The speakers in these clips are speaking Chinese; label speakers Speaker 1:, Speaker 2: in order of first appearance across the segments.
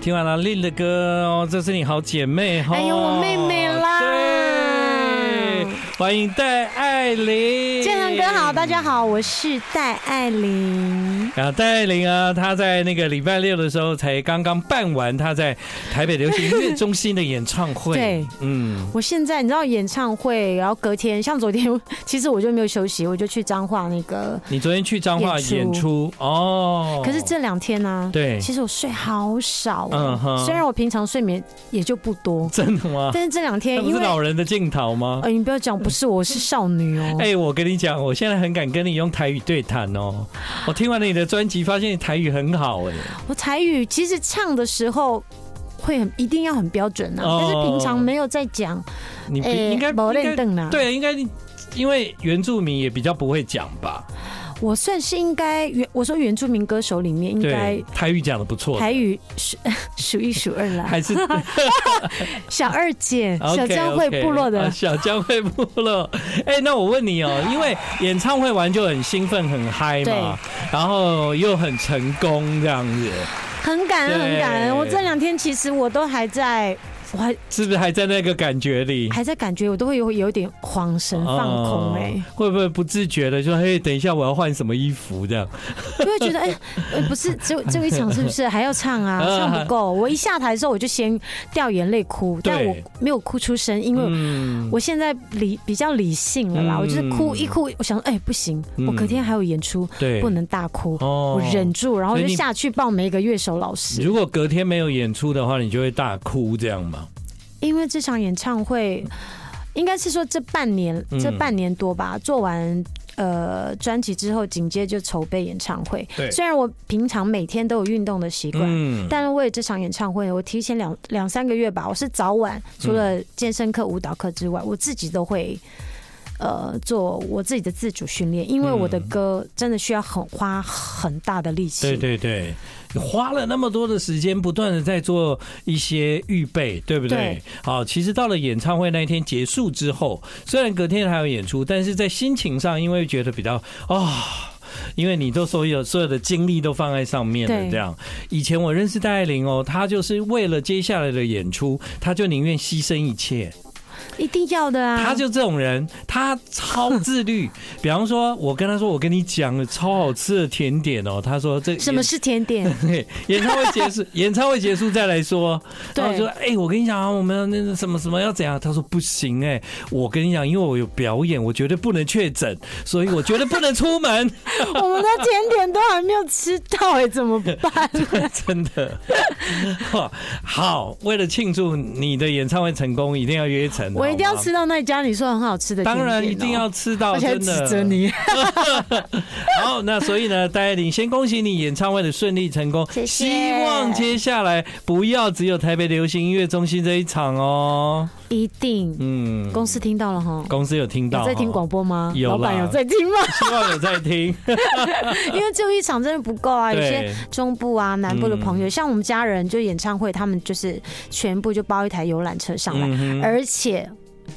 Speaker 1: 听完了丽的歌哦，这是你好姐妹哈、哦。
Speaker 2: 哎呦，我妹妹啦！
Speaker 1: 对，欢迎戴爱玲。
Speaker 2: 建恒哥好，大家好，我是戴爱玲。
Speaker 1: 啊，戴爱玲啊，她在那个礼拜六的时候才刚刚办完她在台北流行音乐中心的演唱会。
Speaker 2: 对，
Speaker 1: 嗯，
Speaker 2: 我现在你知道演唱会，然后隔天像昨天，其实我就没有休息，我就去彰化那个，
Speaker 1: 你昨天去彰化
Speaker 2: 演出
Speaker 1: 演出哦，
Speaker 2: 可是这两天呢、
Speaker 1: 对
Speaker 2: 其实我睡好少、欸
Speaker 1: 嗯哼
Speaker 2: 虽然我平常睡眠也就不多，
Speaker 1: 真的吗？
Speaker 2: 但是这两
Speaker 1: 那
Speaker 2: 天
Speaker 1: 不
Speaker 2: 因
Speaker 1: 是
Speaker 2: 为
Speaker 1: 老人的镜头吗？嗯
Speaker 2: 呃，你不要讲，不是我是少女哦。
Speaker 1: 哎、我跟你讲，我现在很敢跟你用台语对谈哦。我听完了你的专辑，发现你台语很好哎、
Speaker 2: 我台语其实唱的时候会很一定要很标准啊，
Speaker 1: 哦
Speaker 2: 但是平常没有在讲，欸
Speaker 1: 你比、
Speaker 2: 诶
Speaker 1: 应该
Speaker 2: 没
Speaker 1: 应
Speaker 2: 练
Speaker 1: 该
Speaker 2: 凳啦。，
Speaker 1: 对，啊应该因为原住民也比较不会讲吧？
Speaker 2: 我算是应该原我说原住民歌手里面应该
Speaker 1: 对，台语讲的不错。
Speaker 2: 台语数 数一数二啦。
Speaker 1: 还是
Speaker 2: 小二姐，小
Speaker 1: OK，
Speaker 2: 江会
Speaker 1: OK，
Speaker 2: 部落
Speaker 1: 啊
Speaker 2: 的，
Speaker 1: 小江会部落。哎、那我问你 哦，因为演唱会完就很兴奋、很嗨嘛，然后又很成功这样子，
Speaker 2: 很感
Speaker 1: 对
Speaker 2: 恩
Speaker 1: 嗯
Speaker 2: 很感恩。我这两天其实我都还在，我还
Speaker 1: 是不是还在那个感觉里？
Speaker 2: 还在感觉，我都会有有点恍神放空哎、
Speaker 1: 哦会不会不自觉的说，嘿，等一下我要换什么衣服这样？
Speaker 2: 就会觉得，哎、 呃不是，只有只有一场，是不是还要唱 啊？
Speaker 1: 啊
Speaker 2: 唱不够。我一下台的时候，我就先掉眼泪哭，
Speaker 1: 对
Speaker 2: 但我没有哭出声，因为
Speaker 1: 嗯，
Speaker 2: 我现在理比较理性了啦。
Speaker 1: 嗯
Speaker 2: 我就是哭一哭，我想，哎、不行，
Speaker 1: 嗯
Speaker 2: 我隔天还有演出，
Speaker 1: 对，
Speaker 2: 不能大哭，
Speaker 1: 哦
Speaker 2: 我忍。住，然后
Speaker 1: 所以
Speaker 2: 就
Speaker 1: 你
Speaker 2: 下去报每一个乐手老师。
Speaker 1: 如果隔天没有演出的话，你就会大哭这样吗？
Speaker 2: 因为这场演唱会，应该是说这半年，
Speaker 1: 嗯
Speaker 2: 这半年多吧，做完。呃，专辑之后紧接就筹备演唱会。
Speaker 1: 对
Speaker 2: 虽然我平常每天都有运动的习惯，
Speaker 1: 嗯，
Speaker 2: 但是为了这场演唱会，我提前两两三个月吧，我是早
Speaker 1: 嗯
Speaker 2: 晚除了健身课、舞蹈课之外，我自己都会呃做我自己的自主训练，因为我的歌真的需要很花很大的力气。
Speaker 1: 嗯对对对，你花了那么多的时间，不断的在做一些预备，对不对
Speaker 2: 对？
Speaker 1: 好，其实到了演唱会那一天结束之后，虽然隔天还有演出，但是在心情上，因为觉得比较啊。因为你都所有所有的精力都放在上面了，
Speaker 2: 对
Speaker 1: 这样。以前我认识戴爱玲哦，她就是为了接下来的演出，她就宁愿牺牲一切。
Speaker 2: 一定要的啊！
Speaker 1: 他就这种人，他超自律。 比方说，我跟他说，我跟你讲了超好吃的甜点哦，他说这
Speaker 2: 什么是甜点？
Speaker 1: 对，演唱会结 束，演唱会结束再来说。
Speaker 2: 对
Speaker 1: 然后就说，哎、我跟你讲啊，我们那个什么什么要怎样？他说不行、哎，我跟你讲，因为我有表演，我绝对不能确诊，所以我绝对不能出门。
Speaker 2: 我们的甜点都还没有吃到哎、怎么办？
Speaker 1: 真的，哇好，为了庆祝你的演唱会成功，一定要约成，
Speaker 2: 我一定要
Speaker 1: 好吗
Speaker 2: 吃。到那家你说很好吃的甜
Speaker 1: 当
Speaker 2: 点、哦
Speaker 1: 然一定。要吃到，
Speaker 2: 而且还
Speaker 1: 真
Speaker 2: 指
Speaker 1: 的。
Speaker 2: 责 你，
Speaker 1: 好，那所以呢，戴爱玲，先恭喜你演唱会的顺利成功，
Speaker 2: 谢谢
Speaker 1: 希望接下来不要只有台北流行音乐中心这一场哦。
Speaker 2: 一定。
Speaker 1: 嗯，
Speaker 2: 公司听到了哈，
Speaker 1: 公司有听到
Speaker 2: 有
Speaker 1: 哦，
Speaker 2: 在听广播吗？
Speaker 1: 有啦
Speaker 2: 老板有在听吗？
Speaker 1: 希 望有在听。
Speaker 2: 因为只有一场真的不够啊，有些
Speaker 1: 对，嗯
Speaker 2: 中部啊、南部的朋友，像我们家人，就演唱会，他们就是全部就包一台游览车上来，
Speaker 1: 嗯哼，
Speaker 2: 而且。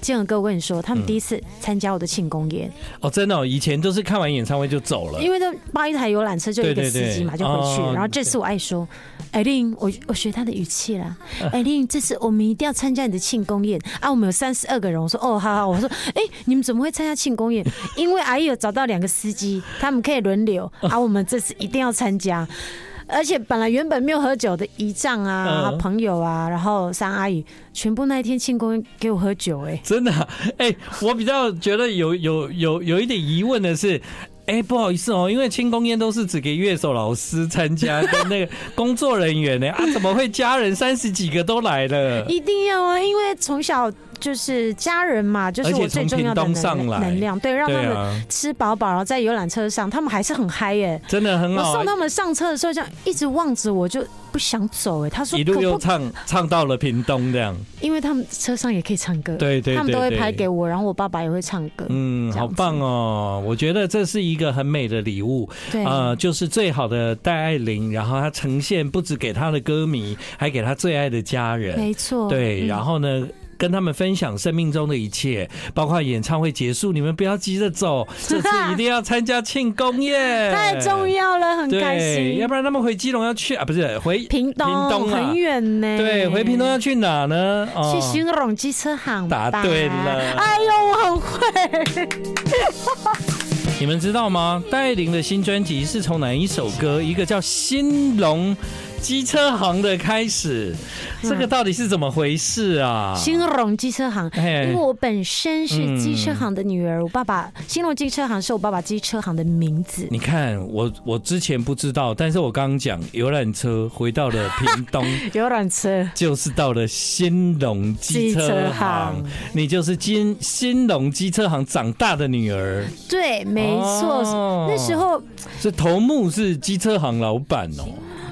Speaker 2: 建恒哥，我跟你说，他们第一次参加我的庆功宴，
Speaker 1: 哦，真的、哦，以前都是看完演唱会就走了。
Speaker 2: 因为都包一台游览车就一个
Speaker 1: 对对
Speaker 2: 司
Speaker 1: 对
Speaker 2: 机嘛，就回去。
Speaker 1: 哦
Speaker 2: 然后这次我爱说，艾琳，我我学他的语 气啦，艾琳，这次我们一定要参加你的庆功宴啊！我们有三十二个人，我说哦，好好，我说哎、你们怎么会参加庆 功宴？因为阿姨有找到两个司机，他们可以 轮流，啊，我们这次一定要参加。而且本来原本没有喝酒的姨丈啊、
Speaker 1: 嗯
Speaker 2: 朋友啊，然后三阿姨，全部那一天庆功宴给我喝酒、哎，
Speaker 1: 真的啊、 哎、我比较觉得有有有有一点疑问的是。哎、不好意思哦，因为庆功宴都是只给乐手老师参加跟那个工作人员 呢，啊，怎么会家人三十几个都来了？
Speaker 2: 一定要啊，因为从小就是家人嘛，就是
Speaker 1: 而且
Speaker 2: 我最
Speaker 1: 从
Speaker 2: 重要的
Speaker 1: 屏东上
Speaker 2: 能
Speaker 1: 来
Speaker 2: 能量，对，让他
Speaker 1: 对
Speaker 2: 们
Speaker 1: 啊，
Speaker 2: 吃饱饱，然后在游览车上，他们还是很嗨耶、
Speaker 1: 真的很
Speaker 2: 我
Speaker 1: 好
Speaker 2: 送
Speaker 1: 啊，
Speaker 2: 他们上车的时候，这样一直望着我，就不想走哎、他说
Speaker 1: 一
Speaker 2: 可
Speaker 1: 路又
Speaker 2: 不，
Speaker 1: 唱唱到了屏东这样，
Speaker 2: 因为他们车上也可以唱歌，
Speaker 1: 对对对，
Speaker 2: 他们都会
Speaker 1: 对
Speaker 2: 拍给我，然后我爸爸也会唱歌，
Speaker 1: 嗯，
Speaker 2: 这
Speaker 1: 好
Speaker 2: 样子
Speaker 1: 棒哦！我觉得这是一个很美的礼物，
Speaker 2: 对，
Speaker 1: 呃，就是最好的戴爱玲，然后她呈现不止给她的歌迷，还给她最爱的家人，
Speaker 2: 没错，
Speaker 1: 对，
Speaker 2: 嗯
Speaker 1: 然后呢。跟他们分享生命中的一切，包括演唱会结束，你们不要急着走，这次一定要参加庆功宴，
Speaker 2: 嗯太重要了，很开
Speaker 1: 对，
Speaker 2: 心
Speaker 1: 要。不然他们回基隆要去啊，不是回
Speaker 2: 屏东
Speaker 1: 屏东啊
Speaker 2: 很远呢，
Speaker 1: 对，回屏东要去哪呢？哦
Speaker 2: 去兴隆机车行吧。
Speaker 1: 答对了
Speaker 2: 哎呦，我很会。
Speaker 1: 你们知道吗？戴琳的新专辑是从哪一首歌？一个叫《兴隆机车行》的开始，
Speaker 2: 嗯
Speaker 1: 这个到底是怎么回事啊？
Speaker 2: 兴隆机车行，因
Speaker 1: 嘿嗯
Speaker 2: 为我本身是机车行的女儿，我爸爸兴隆机车行是我爸爸机车行的名字。
Speaker 1: 你看，我我之前不知道，但是我刚刚讲游览车回到了屏 东，
Speaker 2: 游览车，
Speaker 1: 就是到了兴隆机
Speaker 2: 机
Speaker 1: 车
Speaker 2: 车
Speaker 1: 行
Speaker 2: 行，
Speaker 1: 你就是金兴隆机车行长大的女儿，
Speaker 2: 对，没错。
Speaker 1: 哦
Speaker 2: 那时候，
Speaker 1: 这头目是机车行老板哦，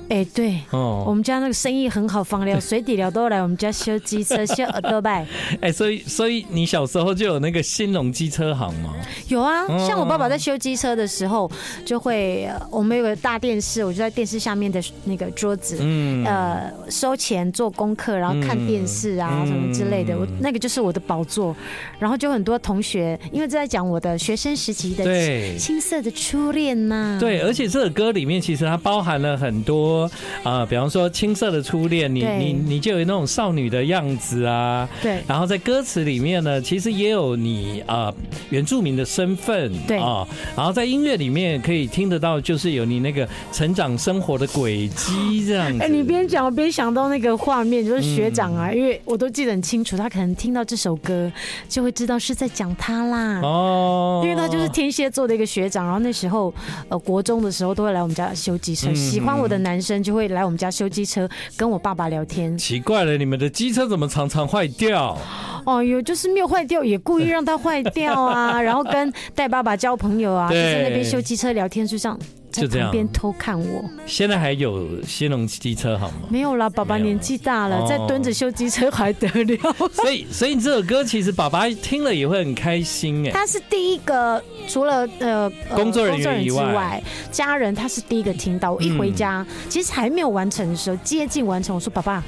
Speaker 2: 哎、对。我
Speaker 1: 哦，
Speaker 2: 们家那个生意很好，房 疗、水底疗都来我们家修机车、修耳朵拜。
Speaker 1: 哎、所以所以你小时候就有那个兴隆机车行吗？
Speaker 2: 有啊
Speaker 1: 嗯，
Speaker 2: 像我爸爸在修机车的时候，就会呃我们有个大电视，我就在电视下面的那个桌子，
Speaker 1: 嗯，
Speaker 2: 呃，收钱做功课，然后看电视啊、
Speaker 1: 嗯
Speaker 2: 什么之类的，我那个就是我的宝座。然后就很多同学，因为这在讲我的学生时期的青
Speaker 1: 对。
Speaker 2: 青涩的初恋呐、，
Speaker 1: 对，而且这首歌里面其实它包含了很多啊、呃比方说青涩的初恋，你
Speaker 2: 对
Speaker 1: 你你就有那种少女的样子啊。
Speaker 2: 对
Speaker 1: 然后在歌词里面呢，其实也有你啊、呃原住民的身份，
Speaker 2: 对
Speaker 1: 啊、然后在音乐里面可以听得到，就是有你那个成长生活的轨 迹这样子。
Speaker 2: 哎、你边讲我边想到那个画面，就是学
Speaker 1: 嗯
Speaker 2: 长啊，因为我都记得很清楚，他可能听到这首歌就会知道是在讲他啦。
Speaker 1: 哦
Speaker 2: 因为他就是天蝎座的一个学长，然后那时候，呃，国中的时候都会来我们家修机车，
Speaker 1: 嗯
Speaker 2: 喜欢我的男生就会来我们家修机车，跟我爸爸聊天。
Speaker 1: 奇怪了，你们的机车怎么常常坏掉？
Speaker 2: 哦哟，就是没有坏掉，也故意让它坏掉 啊，然后跟戴爸爸交朋友啊，就
Speaker 1: 对
Speaker 2: 在那边修机车聊天，就这样在
Speaker 1: 就这样
Speaker 2: 旁边偷看我。
Speaker 1: 现在还有新隆机车好吗？
Speaker 2: 没有啦，爸爸
Speaker 1: 没有
Speaker 2: 年纪大
Speaker 1: 哦
Speaker 2: 了，在蹲着修机车还得 了？
Speaker 1: 所以，所以这首歌其实爸爸听了也会很开心哎。
Speaker 2: 他是第一个，除了呃呃
Speaker 1: 工作人员以
Speaker 2: 之
Speaker 1: 外
Speaker 2: 外，家人他是第一个听到。我一回家，
Speaker 1: 嗯
Speaker 2: 其实还没有完成的时候，接近完成，我说爸爸，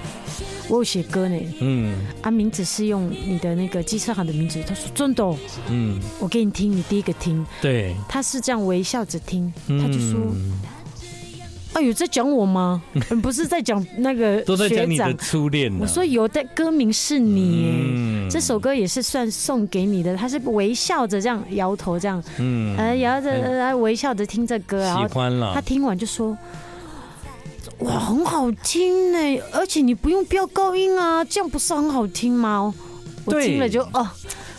Speaker 2: 我有写歌呢，
Speaker 1: 嗯
Speaker 2: 啊，名字是用你的那个机车行的名字。他说真的哦，
Speaker 1: 嗯，
Speaker 2: 我给你听，你第一个听。
Speaker 1: 对，
Speaker 2: 他是这样微笑着听，
Speaker 1: 嗯
Speaker 2: 他就说：“哎呦，在讲我吗？ 嗯不是在讲那个
Speaker 1: 都在讲
Speaker 2: 学
Speaker 1: 你的
Speaker 2: 长。
Speaker 1: 初恋呢。”
Speaker 2: 我说：“有的歌名是你耶。
Speaker 1: 嗯
Speaker 2: 这首歌也是算送给你的，他是微笑着这样摇头，这样，
Speaker 1: 嗯
Speaker 2: 呃，摇着，呃，微笑着听这歌，然
Speaker 1: 喜
Speaker 2: 后
Speaker 1: 欢
Speaker 2: 啊他
Speaker 1: 了，
Speaker 2: 听完就说：“哇，很好听呢，而且你不用飙高音啊，这样不是很好听吗？”我
Speaker 1: 对
Speaker 2: 听了就哦，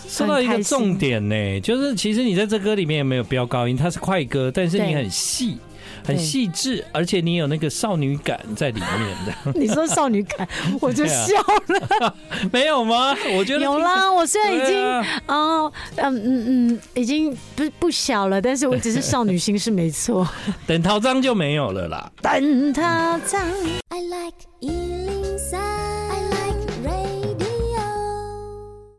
Speaker 1: 说到一个重点呢，就是其实你在这歌里面也没有飙高音，它是快歌，但是你
Speaker 2: 对
Speaker 1: 很细。很
Speaker 2: 对
Speaker 1: 细致，而且你有那个少女感在里面 的，
Speaker 2: 你说少女 感，我就
Speaker 1: 对啊
Speaker 2: 笑了。
Speaker 1: 没有吗？我觉得
Speaker 2: 有啦，我虽然
Speaker 1: 对啊，
Speaker 2: 已经哦，嗯嗯嗯，已经不是不小了，但是我只是少女心是没错。
Speaker 1: 等陶章就没有了啦。
Speaker 2: 但他在
Speaker 3: I like Ealing Sound. I like radio.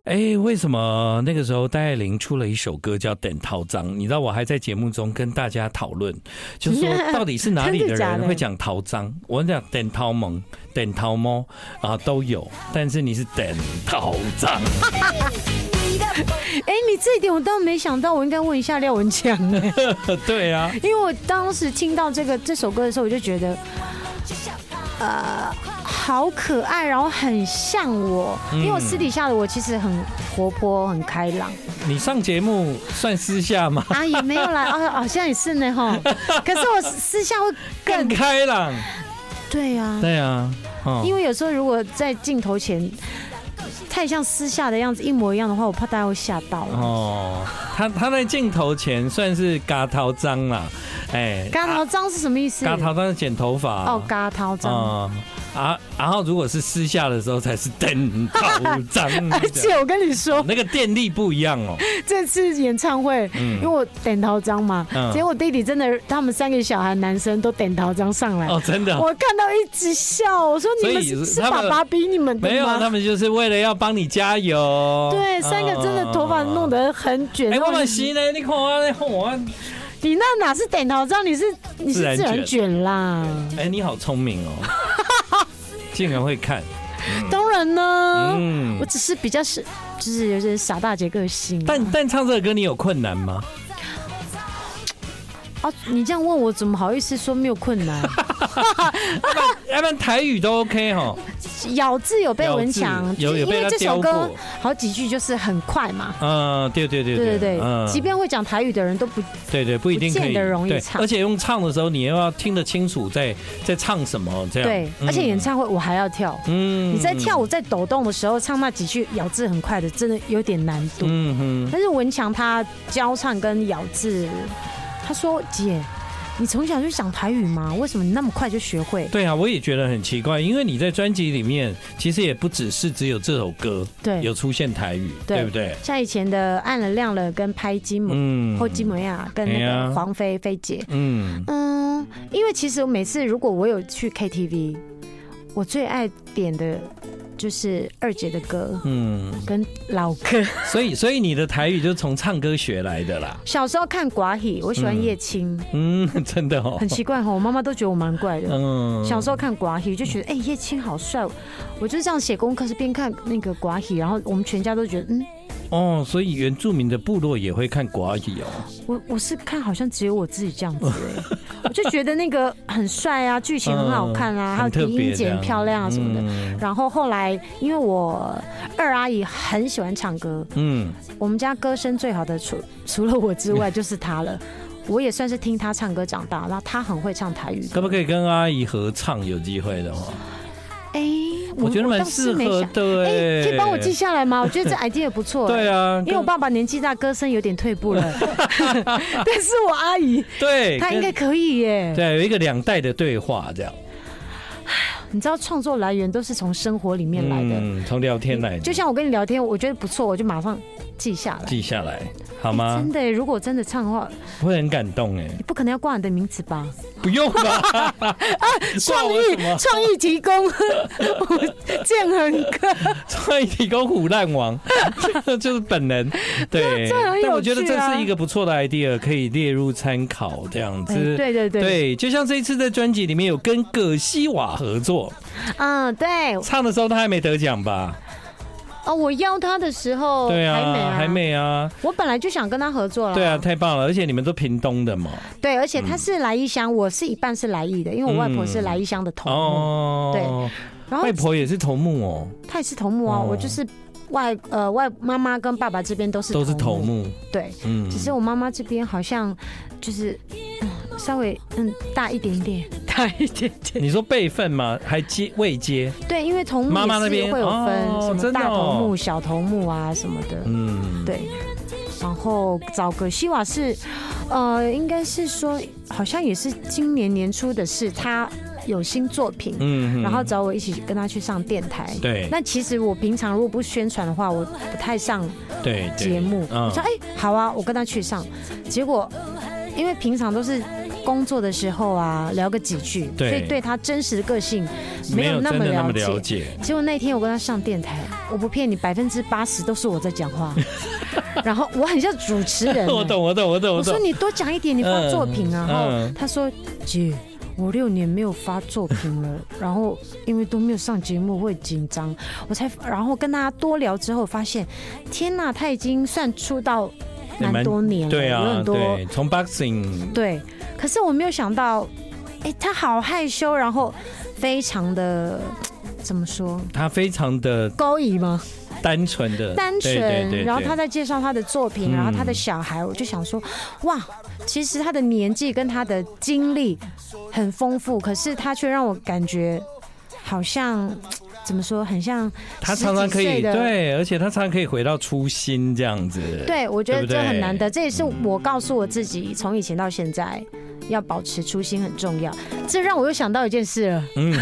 Speaker 1: 哎，为什么那个时候戴爱玲出了一首歌叫《等陶章》？你知道我还在节目中跟大家讨论，就说 到底是哪里的
Speaker 2: 真的假
Speaker 1: 人
Speaker 2: 的
Speaker 1: 会讲陶章？我讲等陶萌、等陶猫啊都有，但是你是等陶章，
Speaker 2: 哎，你这一点我倒没想到，我应该问一下廖文强，
Speaker 1: 对啊，
Speaker 2: 因为我当时听到这个这首歌的时候，我就觉得，呃，好可爱，然后很像我，因为我私底下的我其实很活泼、很开朗
Speaker 1: 你上节目算私下吗？
Speaker 2: 啊，也没有啦，哦，好像也是呢哈，可是我私下会
Speaker 1: 更
Speaker 2: 更
Speaker 1: 开朗，
Speaker 2: 对啊，
Speaker 1: 对啊，哦
Speaker 2: 因，为有时候如果在镜头前太像私下的样子一模一样的话，我怕大家会吓到了。
Speaker 1: 哦，他他在镜头前算是嘎陶章啦，哎，
Speaker 2: 嘎桃章是什么意思？
Speaker 1: 嘎陶章是剪头发
Speaker 2: 哦，嘎桃章。
Speaker 1: 啊、啊！然后如果是私下的时候才是灯头脏，
Speaker 2: 而且我跟你说，
Speaker 1: 那个电力不一样 哦。
Speaker 2: 这次演唱会，因为
Speaker 1: 嗯，
Speaker 2: 我点桃章嘛
Speaker 1: 嗯，
Speaker 2: 结果弟弟真的，他们三个小孩男生都点桃章上来，
Speaker 1: 哦，真的哦
Speaker 2: 我看到一直笑，我说
Speaker 1: 所
Speaker 2: 你
Speaker 1: 以
Speaker 2: 们是是
Speaker 1: 他
Speaker 2: 爸
Speaker 1: 们
Speaker 2: 爸逼你们的
Speaker 1: 没有，啊他
Speaker 2: 吗？
Speaker 1: 们就是为了要帮你加油。
Speaker 2: 对，三个真的头发弄
Speaker 1: 的。
Speaker 2: 得很卷。
Speaker 1: 哎，
Speaker 2: 然后
Speaker 1: 我们西呢？你看我，啊你看我。
Speaker 2: 你那哪是点桃章，你是你
Speaker 1: 自
Speaker 2: 是
Speaker 1: 然
Speaker 2: 自然
Speaker 1: 卷嗯
Speaker 2: 卷啦。
Speaker 1: 哎，你好聪明哦，竟然会看。
Speaker 2: 当然呢，
Speaker 1: 嗯
Speaker 2: 我，只是比较是，就是有点傻大姐个性、啊。
Speaker 1: 但但唱这个歌你有困难吗？
Speaker 2: 啊，你这样问我，怎么好意思说没有困 难？
Speaker 1: 要不然台语都 OK 哈，
Speaker 2: 咬字有被文强
Speaker 1: 咬，字有有
Speaker 2: 就是因
Speaker 1: 被
Speaker 2: 为
Speaker 1: 他
Speaker 2: 这首
Speaker 1: 雕
Speaker 2: 歌
Speaker 1: 过
Speaker 2: 好几句就是很快嘛。
Speaker 1: 嗯，对对对
Speaker 2: 对对对，
Speaker 1: 嗯，
Speaker 2: 即便会讲台语的人都不
Speaker 1: 对对不一定可
Speaker 2: 不
Speaker 1: 以，
Speaker 2: 见得容易
Speaker 1: 对
Speaker 2: 唱
Speaker 1: 而且用唱的时候你又要听得清楚在在唱什么，这样
Speaker 2: 对，
Speaker 1: 嗯
Speaker 2: 而且演唱会我还要跳。
Speaker 1: 嗯
Speaker 2: 你在跳舞在抖动的时候唱那几句咬字很快的，真的有点难度。
Speaker 1: 嗯哼，
Speaker 2: 但是文强他教唱跟咬字，他说姐，你从小就讲台语吗？为什么你那么快就学会？
Speaker 1: 对啊，我也觉得很奇怪，因为你在专辑里面其实也不只是只有这首歌
Speaker 2: 对，
Speaker 1: 有出现台语，
Speaker 2: 对
Speaker 1: 对不对？
Speaker 2: 像以前的按了亮了跟拍金门、
Speaker 1: 嗯
Speaker 2: 后金门亚跟那
Speaker 1: 哎
Speaker 2: 个
Speaker 1: 呀
Speaker 2: 黄飞飞姐，
Speaker 1: 嗯
Speaker 2: 嗯，因为其实我每次如果我有去 KTV，我最爱点的就是二姐的歌
Speaker 1: 嗯，
Speaker 2: 跟老 歌。
Speaker 1: 所以所以你的台语就从唱歌学来的啦，
Speaker 2: 小时候看寡喜，我喜欢
Speaker 1: 嗯
Speaker 2: 叶青，
Speaker 1: 嗯， 真的哦
Speaker 2: 很，奇怪哈，我妈妈都觉得我蛮怪的。
Speaker 1: 嗯，
Speaker 2: 小时候看寡喜就觉得，哎、叶青好帅，我就是这样写功课，是边看那个寡喜，然后我们全家都觉得，嗯，
Speaker 1: 哦，所以原住民的部落也会看国语哦。
Speaker 2: 我我是看好像只有我自己这样子而已，我就觉得那个很帅啊，剧情很好看
Speaker 1: 嗯
Speaker 2: 啊，还有
Speaker 1: 很特
Speaker 2: 狄
Speaker 1: 别
Speaker 2: 英姐
Speaker 1: 这
Speaker 2: 很
Speaker 1: 样
Speaker 2: 漂亮啊什么的。
Speaker 1: 嗯
Speaker 2: 然后后来，因为我二阿姨很喜欢唱歌，
Speaker 1: 嗯，
Speaker 2: 我们家歌声最好的除除了我之外就是她了。我也算是听她唱歌长大，然后她很会唱台语。
Speaker 1: 可不可以跟阿姨合唱？有机会的话，
Speaker 2: 哎、
Speaker 1: 我觉得蛮
Speaker 2: 倒是
Speaker 1: 适
Speaker 2: 没
Speaker 1: 合
Speaker 2: 想。
Speaker 1: 的
Speaker 2: 哎、
Speaker 1: 哎。
Speaker 2: 可以帮我记下来吗？我觉得这 idea 不 错、
Speaker 1: 对
Speaker 2: 啊。
Speaker 1: 啊，
Speaker 2: 因为我
Speaker 1: 跟
Speaker 2: 爸爸年纪大，歌声有点退步了， 但是我阿姨
Speaker 1: 对
Speaker 2: 她应该
Speaker 1: 跟
Speaker 2: 可以耶。
Speaker 1: 对有一个两代的对话这样，
Speaker 2: 你知道创作来源都是从生活里面来的，
Speaker 1: 嗯，从聊天来的，
Speaker 2: 就像我跟你聊天，我觉得不错，我就马上记下来。
Speaker 1: 记下来好
Speaker 2: 哎
Speaker 1: 吗
Speaker 2: 真？的耶，如果真的唱的话，
Speaker 1: 会很感动哎，
Speaker 2: 你不可能要挂你的名字吧？
Speaker 1: 不用
Speaker 2: 啊
Speaker 1: 吧？
Speaker 2: 创
Speaker 1: 我
Speaker 2: 意
Speaker 1: 什么
Speaker 2: 创意提供， 我建恒哥，
Speaker 1: 创意提供虎烂王， 就是本人。对，
Speaker 2: 这很有趣啊
Speaker 1: 但我觉得这是一个不错的 idea，可以列入参考这样
Speaker 2: 哎
Speaker 1: 子。
Speaker 2: 对对对，
Speaker 1: 对，就像这一次在专辑里面有跟葛西瓦合作，
Speaker 2: 嗯对，
Speaker 1: 唱的时候他还没得奖吧？
Speaker 2: 哦，我邀他的时候
Speaker 1: 对
Speaker 2: 还没
Speaker 1: 啊，
Speaker 2: 啊，
Speaker 1: 还，没啊，
Speaker 2: 我本来就想跟他合作了，
Speaker 1: 对啊，，嗯太棒了！而且你们都屏东的嘛，
Speaker 2: 对，而且他是来义乡，我是一半是来义的，因为我外婆是来义乡的头目，
Speaker 1: 嗯哦，
Speaker 2: 然后
Speaker 1: 外婆也是头目哦，
Speaker 2: 他也是头目啊，
Speaker 1: 哦
Speaker 2: 我就是外呃外妈妈跟爸爸这边都是
Speaker 1: 都是头，目，
Speaker 2: 对，
Speaker 1: 嗯
Speaker 2: 只，是我妈妈这边好像就是。嗯稍微嗯大一点点，大一点 点。
Speaker 1: 你说辈分吗？还接未接？
Speaker 2: 对，因为头目
Speaker 1: 妈妈
Speaker 2: 也
Speaker 1: 那
Speaker 2: 是
Speaker 1: 边
Speaker 2: 会有分
Speaker 1: 哦
Speaker 2: 什么
Speaker 1: 真的
Speaker 2: 大头
Speaker 1: 哦
Speaker 2: 目、小头目啊什么的。
Speaker 1: 嗯，
Speaker 2: 对，然后找葛西瓦是，呃，应该是说好像也是今年年初的事，他有新作品，
Speaker 1: 嗯
Speaker 2: 然后找我一起跟他去上电台。
Speaker 1: 对
Speaker 2: 那其实我平常如果不宣传的话，我不太上
Speaker 1: 对对
Speaker 2: 节目。我
Speaker 1: 嗯
Speaker 2: 说哎、好啊，我跟他去上。结果因为平常都是工作的时候啊，聊个几句，所
Speaker 1: 对
Speaker 2: 以对他真实的个性没
Speaker 1: 没
Speaker 2: 有
Speaker 1: 有
Speaker 2: 那
Speaker 1: 真
Speaker 2: 么
Speaker 1: 的那
Speaker 2: 了
Speaker 1: 么
Speaker 2: 解。
Speaker 1: 了解，
Speaker 2: 结果那天我跟他上电台，我不骗你，百分之八十都是我在讲话， 然后我很像主持人、欸
Speaker 1: 我。懂我懂我懂
Speaker 2: 我
Speaker 1: 我
Speaker 2: 说
Speaker 1: 懂，
Speaker 2: 你多讲一点，你发作品啊。
Speaker 1: 嗯
Speaker 2: 然后
Speaker 1: 嗯
Speaker 2: 他说姐，我六年没有发作品了，然后因为都没有上节目会紧张，我才然后跟他多聊之后发现，天呐，他已经算出道
Speaker 1: 也
Speaker 2: 蛮
Speaker 1: 蛮
Speaker 2: 多年了，
Speaker 1: 对
Speaker 2: 有
Speaker 1: 啊
Speaker 2: 很多
Speaker 1: 对，从 boxing
Speaker 2: 对，可是我没有想到，哎、他好害羞，然后非常的怎么说？
Speaker 1: 他非常的
Speaker 2: 高以吗？
Speaker 1: 单纯的
Speaker 2: 单
Speaker 1: 对对对
Speaker 2: 纯，
Speaker 1: 对嗯
Speaker 2: 然后他在介绍他的作品，然后他的小孩，我就想说，哇，其实他的年纪跟他的经历很丰富，可是他却让我感觉好像怎么说，很像
Speaker 1: 他常常可
Speaker 2: 十几岁
Speaker 1: 以
Speaker 2: 的
Speaker 1: 对，而且他常常可以回到初心这样子。
Speaker 2: 对，我觉得
Speaker 1: 对不
Speaker 2: 这
Speaker 1: 对
Speaker 2: 很难得，这也是我告诉我自己，从以前到现在。要保持初心很重要，这让我又想到一件事了
Speaker 1: 嗯，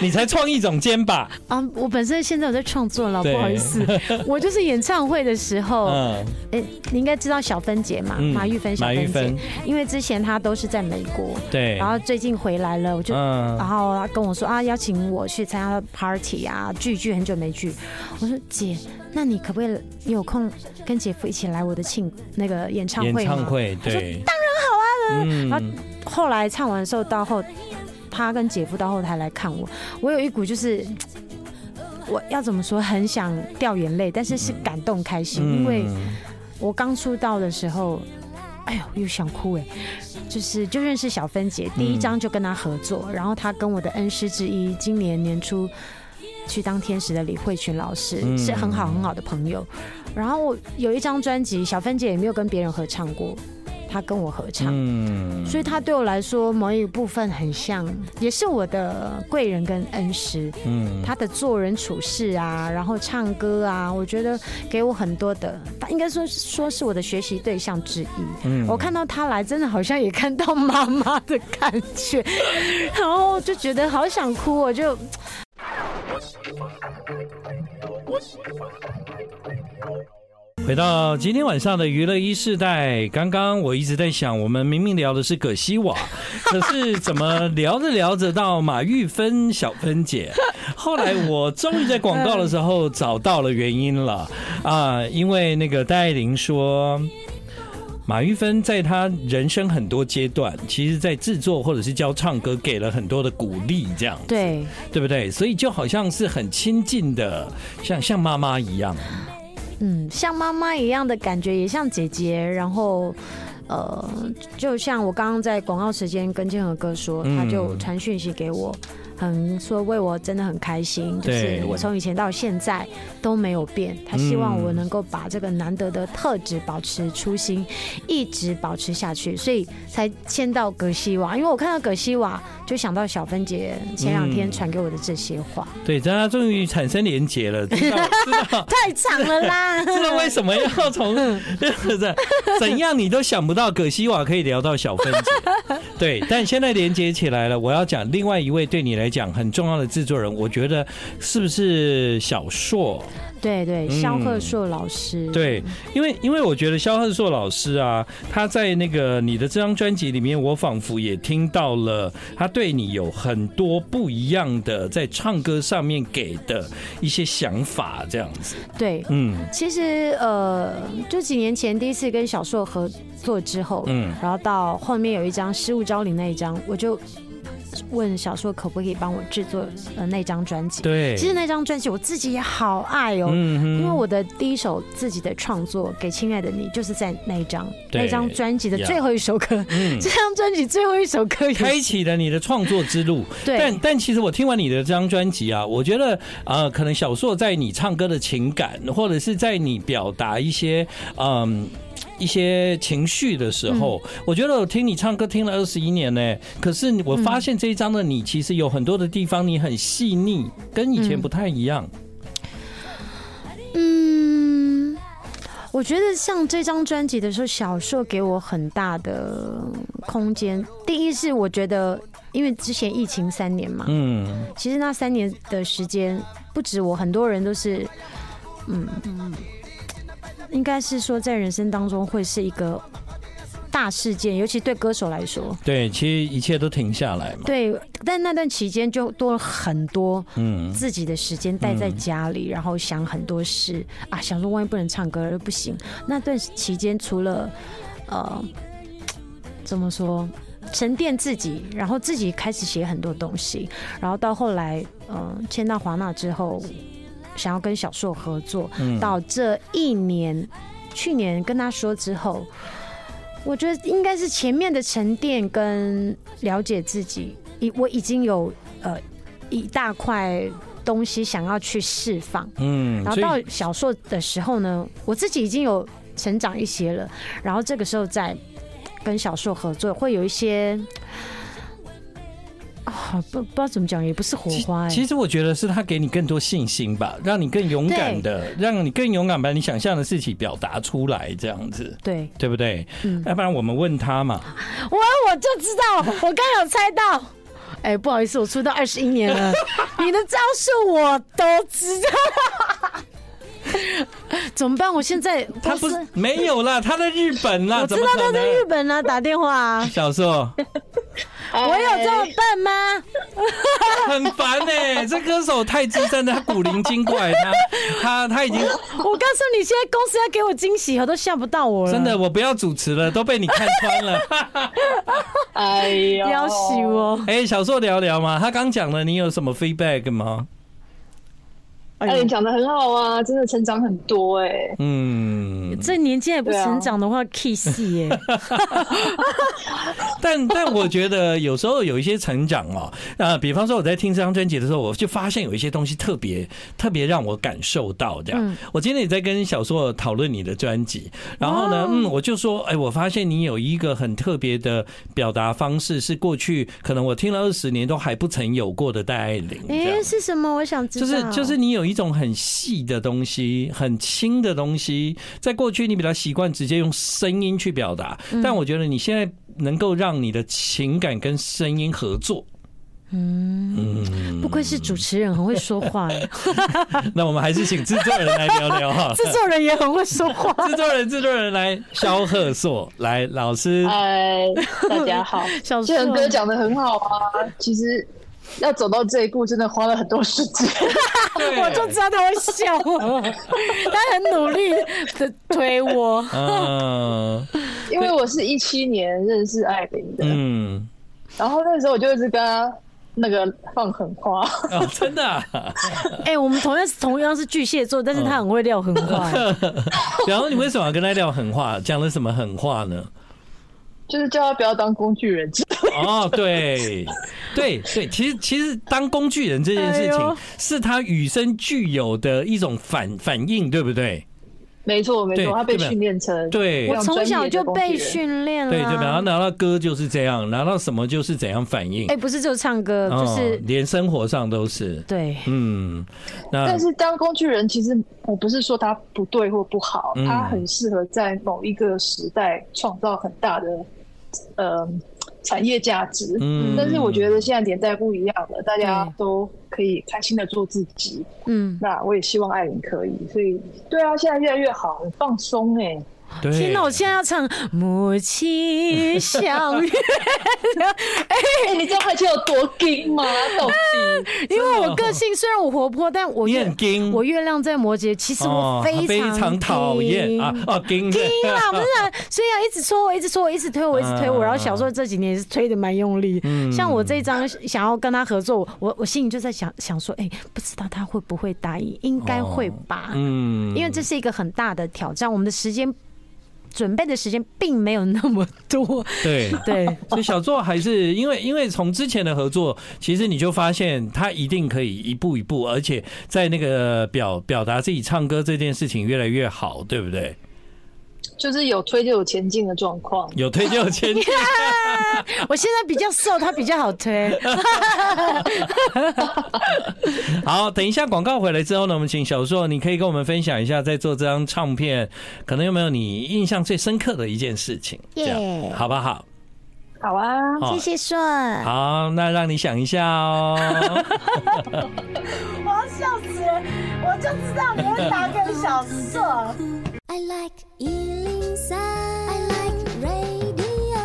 Speaker 1: 你才创意总监吧？
Speaker 2: 啊！我本身现在有在创作了，
Speaker 1: 对
Speaker 2: 不好意 思，我就是演唱会的时候，
Speaker 1: 嗯
Speaker 2: 哎、你应该知道小芬姐嘛，
Speaker 1: 嗯
Speaker 2: 马玉芬小
Speaker 1: 马玉
Speaker 2: 芬姐
Speaker 1: 芬，，
Speaker 2: 因为之前她都是在美国，
Speaker 1: 对
Speaker 2: 然，后最近回来了，我就。然
Speaker 1: 嗯，
Speaker 2: 后她跟我说啊，邀请我去参加 party 啊，聚一聚，很久没聚。我说姐，那你可不可以你有空跟姐夫一起来我的庆那个演唱
Speaker 1: 演
Speaker 2: 会吗？
Speaker 1: 唱会对，当然好啊嗯，
Speaker 2: 后来唱完的时候到后，他跟姐夫到后台来看我，我有一股就是我要怎么说，很想掉眼泪，但是是
Speaker 1: 嗯
Speaker 2: 感动开心，因为我刚出道的时候，哎呦，又想哭哎。就是就认识小芬姐，第
Speaker 1: 嗯
Speaker 2: 一张就跟她合作，然后她跟我的恩师之一，今年年初去当天使的李慧群老师，
Speaker 1: 嗯
Speaker 2: 是很好很好的朋友。然后我有一张专辑，小芬姐也没有跟别人合唱过，她跟我合唱，
Speaker 1: 嗯
Speaker 2: 所以她对我来说某一部分很像，也是我的贵人跟恩师。
Speaker 1: 嗯
Speaker 2: 他的做人处事啊，然后唱歌啊，我觉得给我很多的，他应该说说是我的学习对象之一。
Speaker 1: 嗯
Speaker 2: 我看到他来，真的好像也看到妈妈的感觉，然后就觉得好想哭，我就。
Speaker 1: 回到今天晚上的娱乐一世代，刚刚我一直在想，我们明明聊的是葛西瓦，可是怎么聊着聊着到马玉芬小芬姐？后来我终于在广告的时候找到了原因了啊，因为那个戴爱玲说。马玉芬在她人生很多阶段，其实在制作或者是教唱歌，给了很多的鼓励，这样
Speaker 2: 对，
Speaker 1: 对不对？所以就好像是很亲近的，像像妈妈一样。
Speaker 2: 嗯，像妈妈一样的感觉，也像姐姐，然后。呃，就像我刚刚在广告时间跟建和哥说，
Speaker 1: 嗯
Speaker 2: 他就传讯息给我，很说为我真的很开心，就
Speaker 1: 对
Speaker 2: 是我从以前到现在都没有变。他希望
Speaker 1: 嗯
Speaker 2: 我能够把这个难得的特质保持初心，一直保持下去，所以才签到葛西瓦。因为我看到葛西瓦，就想到小芬姐前两天
Speaker 1: 嗯
Speaker 2: 传给我的这些话，
Speaker 1: 对，大家终于产生连结了，知道知道
Speaker 2: 太长了啦。
Speaker 1: 知道为什么要从这怎样你都想不到葛西瓦可以聊到小分子，对，但现在连接起来了。我要讲另外一位对你来讲很重要的制作人，我觉得是不是小硕？
Speaker 2: 对对，
Speaker 1: 嗯
Speaker 2: 肖鹤硕老师，
Speaker 1: 对，因为因为我觉得肖鹤硕老师啊，他在那个你的这张专辑里面，我仿佛也听到了他对你有很多不一样的在唱歌上面给的一些想法，这样子，
Speaker 2: 对，
Speaker 1: 嗯
Speaker 2: 其实呃，就几年前第一次跟小硕合作之后，
Speaker 1: 嗯。
Speaker 2: 然后到后面有一张《失物招领》那一张，我就问小硕可不可以帮我制作呃那张专辑。
Speaker 1: 对，
Speaker 2: 其实那张专辑我自己也好爱哦。
Speaker 1: 嗯哼
Speaker 2: 因为我的第一首自己的创作《给亲爱的你》，就是在那一张
Speaker 1: 对
Speaker 2: 那张专辑的
Speaker 1: Yeah
Speaker 2: 最后一首歌。
Speaker 1: 嗯
Speaker 2: 这张专辑最后一首歌也 是
Speaker 1: 开启了你的创作之路，但
Speaker 2: 对
Speaker 1: 但其实我听完你的这张专辑啊，我觉得呃，可能小硕在你唱歌的情感，或者是在你表达一些嗯一些情绪的时候，
Speaker 2: 嗯
Speaker 1: 我觉得我听你唱歌听了二十一年呢、可是我发现这一张的你，其实有很多的地方你很细腻，跟以前不太一样。
Speaker 2: 嗯，我觉得像这张专辑的时候，小硕给我很大的空间。第一是我觉得，因为之前疫情三年嘛，
Speaker 1: 嗯
Speaker 2: 其实那三年的时间，不止我，很多人都是，嗯，应该是说在人生当中会是一个大事件，尤其对歌手来说。
Speaker 1: 对，其实一切都停下来嘛。
Speaker 2: 对，但那段期间就多了很多
Speaker 1: 嗯，
Speaker 2: 自己的时间待在家里，然后想很多事啊，想说万一不能唱歌又不行。那段期间除了呃，怎么说？沉淀自己，然后自己开始写很多东西，然后到后来，嗯、签到华纳之后，想要跟小硕合作，
Speaker 1: 嗯
Speaker 2: 到这一年，去年跟他说之后，我觉得应该是前面的沉淀跟了解自己，已我已经有呃一大块东西想要去释放。
Speaker 1: 嗯，
Speaker 2: 然后
Speaker 1: 所
Speaker 2: 到
Speaker 1: 以
Speaker 2: 小硕的时候呢，我自己已经有成长一些了，然后这个时候再跟小硕合作，会有一些。啊、不不知道怎么讲，也不是火
Speaker 1: 其
Speaker 2: 花、哎。
Speaker 1: 其实我觉得是他给你更多信心吧，让你更勇敢的，让你更勇敢把你想象的事情表达出来，这样子，
Speaker 2: 对，
Speaker 1: 对不对？
Speaker 2: 嗯
Speaker 1: 要不然我们问他嘛，
Speaker 2: 我我就知道，我刚有猜到。 哎、不好意思，我出道二十一年 了，你的招数我都知道。 怎么办？我现在
Speaker 1: 他
Speaker 2: 公
Speaker 1: 不
Speaker 2: 司
Speaker 1: 是没有啦，他在日本啦，
Speaker 2: 我
Speaker 1: 怎
Speaker 2: 知
Speaker 1: 么
Speaker 2: 道
Speaker 1: 可
Speaker 2: 他在
Speaker 1: 能？
Speaker 2: 日本啊，打电话、啊。
Speaker 1: 小硕
Speaker 2: 我有这么笨吗？
Speaker 1: 很烦哎、 这歌手太资深了，他古灵精怪，他他他已经
Speaker 2: 我告诉你，现在公司要给我惊喜，我都吓不到我了。
Speaker 1: 真的，我不要主持了，都被你看穿了。
Speaker 4: 哎呦，
Speaker 2: 要死我！
Speaker 1: 哎、小硕聊聊嘛，他刚讲了，你有什么 feedback 吗？
Speaker 2: 哎
Speaker 4: 哎，
Speaker 2: 呦
Speaker 4: 你讲的很好啊，真的成长很多哎、
Speaker 1: 嗯，
Speaker 2: 这年纪还不
Speaker 4: 对啊
Speaker 2: 成长的话，K 系 耶，
Speaker 1: 但但我觉得有时候有一些成长哦，啊，比方说我在听这张专辑的时候，我就发现有一些东西特别特别让我感受到这样。我今天也在跟小硕讨论你的专辑，然后呢，嗯，我就说，哎，我发现你有一个很特别的表达方式，是过去可能我听了二十年都还不曾有过的戴爱玲。这样
Speaker 2: 哎，是什么？我想知
Speaker 1: 就
Speaker 2: 道。
Speaker 1: 是就是你有一种很细的东西，很轻的东西，在过去你比较习惯直接用声音去表达，
Speaker 2: 嗯
Speaker 1: 但我觉得你现在能够让你的情感跟声音合作。嗯
Speaker 2: 不愧是主持人，很会说话 耶，，
Speaker 1: 那我们还是请制作人来聊聊哈
Speaker 2: 制作人也很会说 话。
Speaker 1: 制作人制作人来，萧贺硕来，老师，
Speaker 2: 哦
Speaker 4: 哎，大家好，
Speaker 2: 小
Speaker 4: 建仁哥
Speaker 2: 硕
Speaker 4: 讲的很好啊，其实要走到这一步，真的花了很多时 间。
Speaker 1: 我
Speaker 2: 我就知道他会笑我， 他很努力的推我。
Speaker 1: 嗯
Speaker 4: 因为我是一七年认识艾琳的，
Speaker 1: 嗯，
Speaker 4: 然后那时候我就一直跟她那个放狠话，
Speaker 1: 哦，真的啊。
Speaker 2: 哎，我们同样是同样是巨蟹座，但是他很会撂狠话 耶。
Speaker 1: 然后你为什么要跟他聊狠话？讲了什么狠话呢？
Speaker 4: 就是叫她不要当工具人。
Speaker 1: 哦，对，对对，其实其实当工具人这件事
Speaker 2: 哎
Speaker 1: 情
Speaker 2: 呦
Speaker 1: 是他与生俱有的一种反反应，对不对？
Speaker 4: 没错，没
Speaker 1: 对
Speaker 4: 错，她被
Speaker 1: 对吧
Speaker 4: 训练成
Speaker 1: 对
Speaker 4: 非
Speaker 2: 我
Speaker 4: 常
Speaker 2: 从
Speaker 4: 专业
Speaker 2: 小
Speaker 4: 的
Speaker 2: 就
Speaker 4: 工具
Speaker 2: 被
Speaker 4: 人。
Speaker 2: 训练了。
Speaker 1: 对，就然后拿到歌就是这样，拿到什么就是怎样反应
Speaker 2: 哎、，不是只有唱歌，就
Speaker 1: 哦
Speaker 2: 是、
Speaker 1: 连生活上都是，
Speaker 2: 对，
Speaker 1: 嗯，那
Speaker 4: 但是当工具人，其实我不是说他不对或不好，
Speaker 1: 嗯
Speaker 4: 他很适合在某一个时代创造很大的呃产业价值。
Speaker 1: 嗯
Speaker 4: 但是我觉得现在年代不一样了，大家
Speaker 2: 对
Speaker 4: 都可以开心的做自己。
Speaker 2: 嗯，
Speaker 4: 那我也希望艾琳可以，所以对啊，现在越来越好，很放松哎、
Speaker 1: 对，
Speaker 2: 天哪，我现在要唱《母亲像月》，
Speaker 4: 哎、 你知道他就有多硬吗？到底
Speaker 2: 因为我个性虽然我活泼，但我
Speaker 1: 你
Speaker 2: 月
Speaker 1: 很硬
Speaker 2: 我月亮在摩羯，其实我
Speaker 1: 哦
Speaker 2: 非常、
Speaker 1: 非常讨厌啊，哦，
Speaker 4: 嗯
Speaker 1: 硬的
Speaker 2: 听啦，不是啊，所以要一直戳我，一直戳我，一直推我，一直推我。
Speaker 1: 嗯
Speaker 2: 然后小时候这几年也是推的蛮用力，像我这一张想要跟他合作，我我心里就在想想说，哎，不知道他会不会答应，应该会吧，
Speaker 1: 嗯
Speaker 2: 因为这是一个很大的挑战，我们的时间准备的时间并没有那么多，
Speaker 1: 对。
Speaker 2: 对，
Speaker 1: 所以小作还是因为因为从之前的合作，其实你就发现他一定可以一步一步，而且在那个表表达自己唱歌这件事情越来越好，对不对？
Speaker 4: 就是有推就有前进的状况。
Speaker 1: 有推就有前进，
Speaker 2: 我现在比较瘦，他比较好推。
Speaker 1: 好，等一下广告回来之后呢，我们请小硕，你可以跟我们分享一下，在做这张唱片，可能有没有你印象最深刻的一件事情，这样
Speaker 2: Yeah
Speaker 1: 好不好？
Speaker 4: 好啊，
Speaker 1: 好
Speaker 2: 谢顺，
Speaker 1: 好，那让你想一下哦。
Speaker 2: 我要笑死人，我就知道你会打给小顺。
Speaker 3: I like Ealing Sound. I like radio.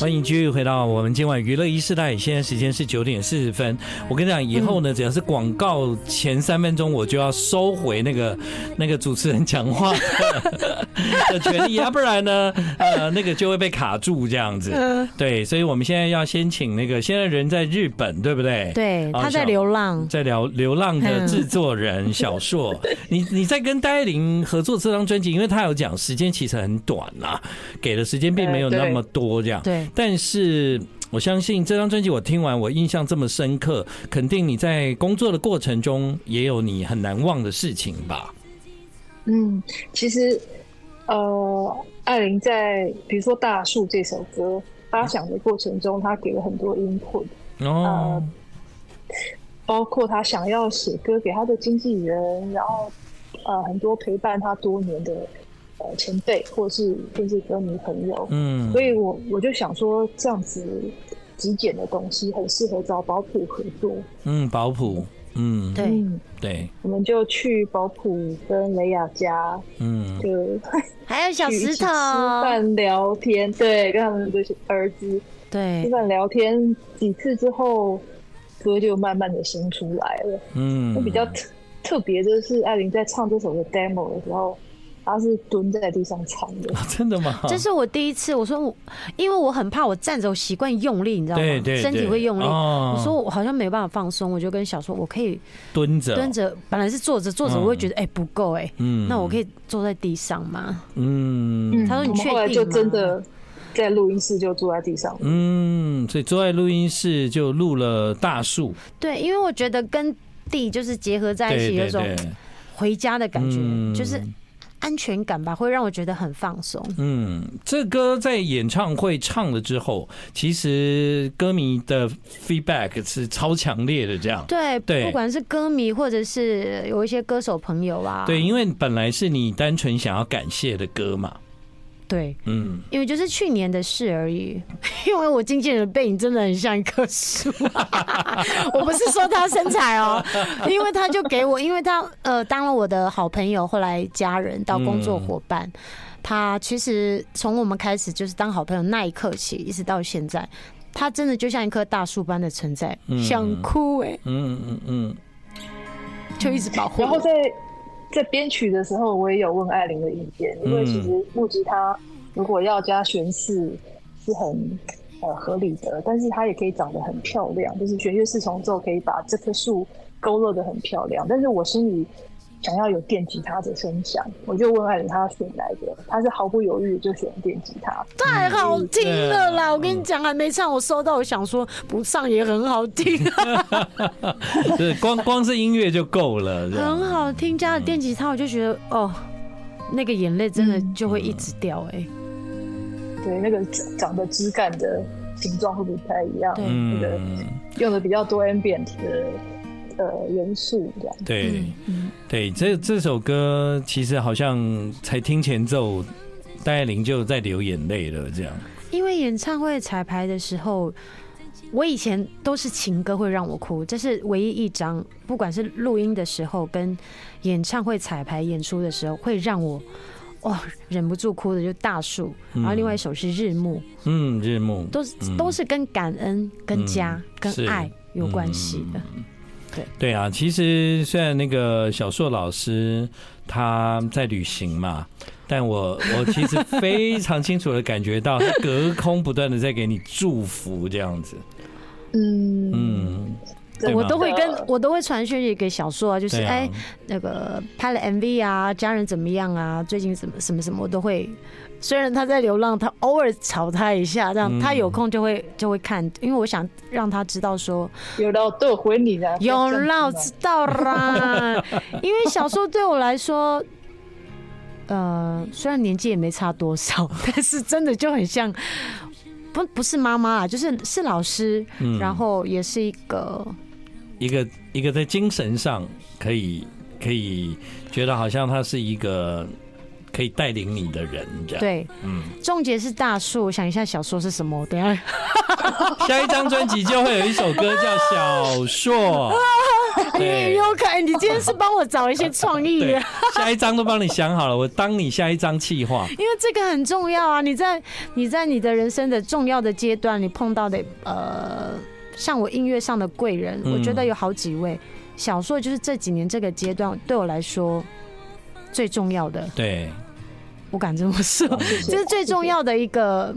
Speaker 1: 欢迎继续回到我们今晚娱乐一世代，现在时间是九点四十分。我跟你讲，以后呢，只要是广告前三分钟，我就要收回那个那个主持人讲话的的权利，要不然呢，呃，那个就会被卡住这样子。对，所以我们现在要先请那个，现在人在日本，对不对？
Speaker 2: 对，
Speaker 1: 啊
Speaker 2: 他在。流浪
Speaker 1: 小。在聊《流浪》
Speaker 2: 嗯
Speaker 1: 的制作 人小硕，你你在跟戴爱玲合作这张专辑，因为他有讲时间其实很短啊，给的时间并没有那么多这样。
Speaker 2: 对，
Speaker 1: 但是我相信这张专辑我听完，我印象这么深刻，肯定你在工作的过程中也有你很难忘的事情吧？
Speaker 4: 嗯，其实，呃，艾琳在比如说《大树》这首歌发想的过程中，她给了很多 input，
Speaker 1: 哦，
Speaker 4: 包括她想要写歌给她的经纪人，然后呃，很多陪伴她多年的呃前辈或是电视歌迷朋友，
Speaker 2: 呃
Speaker 1: 嗯
Speaker 4: 所以我我就想说，这样子极简的东西很适合找宝普合作。
Speaker 1: 嗯，保普，嗯，
Speaker 2: 对，
Speaker 4: 嗯，
Speaker 1: 对，
Speaker 4: 我们就去宝普跟雷雅家
Speaker 1: 嗯，
Speaker 4: 就。
Speaker 2: 还有小
Speaker 4: 去一
Speaker 2: 石
Speaker 4: 起
Speaker 2: 头
Speaker 4: 吃，饭聊天，对，跟他们的儿子吃
Speaker 2: 对，
Speaker 4: 饭聊天几次之后，歌就慢慢的生出来了。
Speaker 1: 嗯，
Speaker 4: 那比较特特别的是，艾琳在唱这首的 demo 的时候，他是蹲在地上唱的。
Speaker 1: 真的吗？
Speaker 2: 这是我第一次，我说我，因为我很怕我站着我习惯用力，你知道吗？
Speaker 1: 对对对
Speaker 2: 身体会用力。
Speaker 1: 哦
Speaker 2: 我说我好像没办法放松，我就跟小说，我可以
Speaker 1: 蹲着，
Speaker 2: 蹲，着，本来是坐着，坐着我会觉得哎、不够哎、
Speaker 1: 嗯
Speaker 2: 那我可以坐在地上吗？
Speaker 1: 嗯
Speaker 2: 他说你
Speaker 4: 我们
Speaker 2: 确
Speaker 4: 后来
Speaker 2: 定
Speaker 4: 就
Speaker 2: 吗
Speaker 4: 真的在录音室就坐在地上。
Speaker 1: 嗯，所以坐在录音室就录了大树，
Speaker 2: 对，因为我觉得跟地就是结合在一
Speaker 1: 对
Speaker 2: 起，有一
Speaker 1: 对
Speaker 2: 种
Speaker 1: 对，
Speaker 2: 回家的感觉，
Speaker 1: 嗯
Speaker 2: 就是安全感吧，会让我觉得很放松。
Speaker 1: 嗯，这歌在演唱会唱了之后，其实歌迷的 feedback 是超强烈的，这样。
Speaker 2: 对，
Speaker 1: 对
Speaker 2: 不管是歌迷或者是有一些歌手朋友啊，
Speaker 1: 对，因为本来是你单纯想要感谢的歌嘛，
Speaker 2: 对，
Speaker 1: 嗯，
Speaker 2: 因为就是去年的事而已。 因为我经纪人的背影真的很像一棵树， 我不是说他身材哦，因为他就给我，因为他呃当了我的好朋友，后来家人到工作伙伴。他其实从我们开始就是当好朋友那一刻起，一直到现在，他真的就像一棵大树般的存在，
Speaker 1: 嗯
Speaker 2: 想哭哎、
Speaker 1: 嗯嗯 嗯，
Speaker 2: 就一直保护我。
Speaker 4: 然后在在编曲的时候，我也有问艾琳的意见，因为其实木吉他如果要加弦式是很呃合理的，但是它也可以长得很漂亮，就是弦乐四重奏可以把这棵树勾勒的很漂亮。但是我心里想要有电吉他的声响，我就问艾琳她选哪一个，她是毫不犹豫就选电吉他。
Speaker 2: 太好听了啦！
Speaker 1: 嗯
Speaker 2: 我跟你讲，还没唱，我收到，我想说不上也很好听，
Speaker 1: 对，光光是音乐就够了，这样
Speaker 2: 很好听。加了电吉他，我就觉得哦，那个眼泪真的就会一直掉哎、
Speaker 4: 对，那个长长得枝干的形状会不太一样，
Speaker 2: 对
Speaker 4: 那个
Speaker 1: 嗯。
Speaker 4: 用的比较多 ambient 的呃元素这样。
Speaker 2: 嗯
Speaker 1: 对，对，这这首歌其实好像才听前奏，戴爱玲就在流眼泪了，这样。
Speaker 2: 因为演唱会彩排的时候，我以前都是情歌会让我哭，这是唯一一张，不管是录音的时候跟演唱会彩排演出的时候，会让我哇、忍不住哭的，就大树，然后另外一首是日暮。
Speaker 1: 嗯，日暮
Speaker 2: 都是、
Speaker 1: 嗯
Speaker 2: 都是跟感恩、跟家、
Speaker 1: 是
Speaker 2: 跟爱有关系的。
Speaker 1: 对啊，其实虽然那个小硕老师他在旅行嘛，但我 我其实非常清楚的感觉到，他隔空不断的在给你祝福这样子。
Speaker 4: 嗯
Speaker 1: 嗯，对
Speaker 4: 真
Speaker 1: 吗
Speaker 2: 我
Speaker 4: 的
Speaker 2: 都会跟我都会传讯息给小硕啊，就是
Speaker 1: 对啊
Speaker 2: 哎、那个拍了 MV 啊，家人怎么样啊，最近怎么什么什么，我都会。虽然他在流浪，他偶尔吵他一下，这样、
Speaker 1: 嗯
Speaker 2: 他有空就会就会看，因为我想让他知道说
Speaker 4: 有到都有回你的，
Speaker 2: 有啦，我
Speaker 4: 老
Speaker 2: 知道啦。因为小硕对我来说，呃，虽然年纪也没差多少， 但是真的就很像，不不是妈妈啊，就是是老师，
Speaker 1: 嗯
Speaker 2: 然后也是一个
Speaker 1: 一个一个在精神上可以可以觉得好像他是一个可以带领你的人这样。
Speaker 2: 对，
Speaker 1: 嗯，
Speaker 2: 重结是大树。我想一下小说是什么，我等一下
Speaker 1: 下一张专辑就会有一首歌叫《小 硕》，对
Speaker 2: 哎有可能你今天是帮我找一些创意
Speaker 1: 对
Speaker 2: 的，，
Speaker 1: 下一张都帮你想好了，我当你下一张气话。
Speaker 2: 因为这个很重要啊。你在你在你的人生的重要的阶段，你碰到的呃，像我音乐上的贵人，
Speaker 1: 嗯
Speaker 2: 我觉得有好几位。小硕就是这几年这个阶段对我来说最重要的，
Speaker 1: 对，
Speaker 2: 我敢这么说，
Speaker 1: 哦
Speaker 2: 这是最重要的一个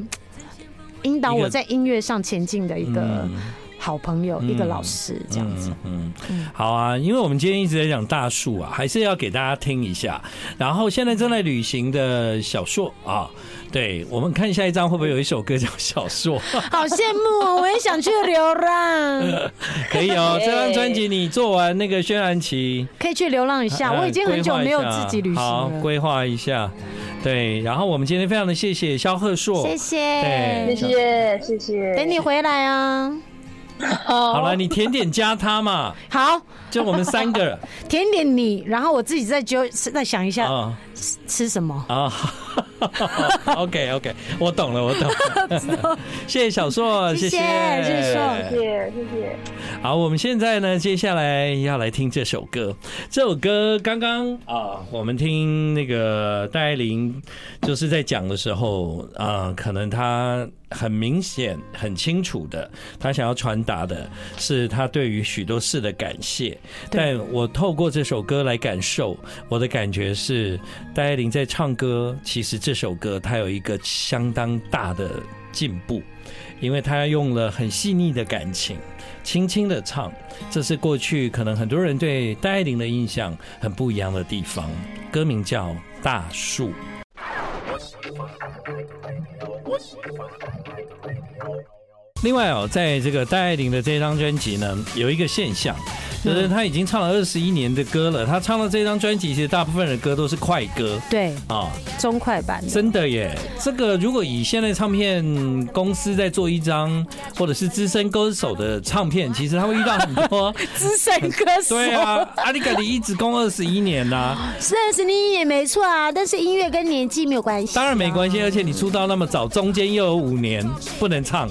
Speaker 2: 引导我在音乐上前进的一个
Speaker 1: 嗯
Speaker 2: 好朋友，
Speaker 1: 嗯
Speaker 2: 一个老师，这样子。
Speaker 1: 嗯，嗯好啊，因为我们今天一直在讲大树啊，还是要给大家听一下。然后现在正在旅行的小硕啊，对我们看下一张会不会有一首歌叫小 硕？
Speaker 2: 好羡慕哦，我也想去流浪，
Speaker 1: 可以 哦，
Speaker 4: 耶
Speaker 1: 这张专辑你做完那个轩然期，
Speaker 2: 可以去流浪一 下。
Speaker 1: 呃
Speaker 2: 我已经很久没有
Speaker 1: 规划一下
Speaker 2: 自己旅行
Speaker 1: 好
Speaker 2: 了。
Speaker 1: 规划一下。对，然后我们今天非常的谢谢肖鹤硕，
Speaker 2: 谢
Speaker 1: 对
Speaker 2: 谢，
Speaker 4: 谢谢谢谢，
Speaker 2: 等你回来啊。
Speaker 1: 好
Speaker 4: 好
Speaker 1: 了，你甜点加他嘛，
Speaker 2: 好，
Speaker 1: 就我们三个
Speaker 2: 甜点你，然后我自己再揪再想一下
Speaker 1: 啊
Speaker 2: 吃什么。
Speaker 1: 啊， OK OK，我懂了，我懂 了。谢谢小硕，
Speaker 2: 谢
Speaker 1: 谢
Speaker 2: 谢谢谢硕
Speaker 4: 谢谢谢谢。
Speaker 1: 好，我们现在呢，接下来要来听这首歌。这首歌刚刚啊，我们听那个戴爱玲就是在讲的时候啊，可能她很明显、很清楚的，她想要传达的是她对于许多事的感谢。
Speaker 2: 对
Speaker 1: 但我透过这首歌来感受，我的感觉是，戴爱玲在唱歌，其实这首歌她有一个相当大的进步，因为她用了很细腻的感情。轻轻的唱，这是过去可能很多人对戴爱玲的印象很不一样的地方。歌名叫《大树》。另外哦，在这个戴爱玲的这张专辑呢，有一个现象，就是她已经唱了二十一年的歌了。她唱的这张专辑，其实大部分的歌都是快歌
Speaker 2: 对，
Speaker 1: 啊、
Speaker 2: 中快版的，
Speaker 1: 真的耶，这个如果以现在唱片公司在做一张，或者是资深歌手的唱片，其实他会遇到很多，
Speaker 2: 资深歌手，
Speaker 1: 对啊，阿里嘎里一直攻二十一年呐、
Speaker 2: 是二十一也没错啊，但是音乐跟年纪没有关系，
Speaker 1: 当然没关系，而且你出道那么早，中间又有五年不能唱，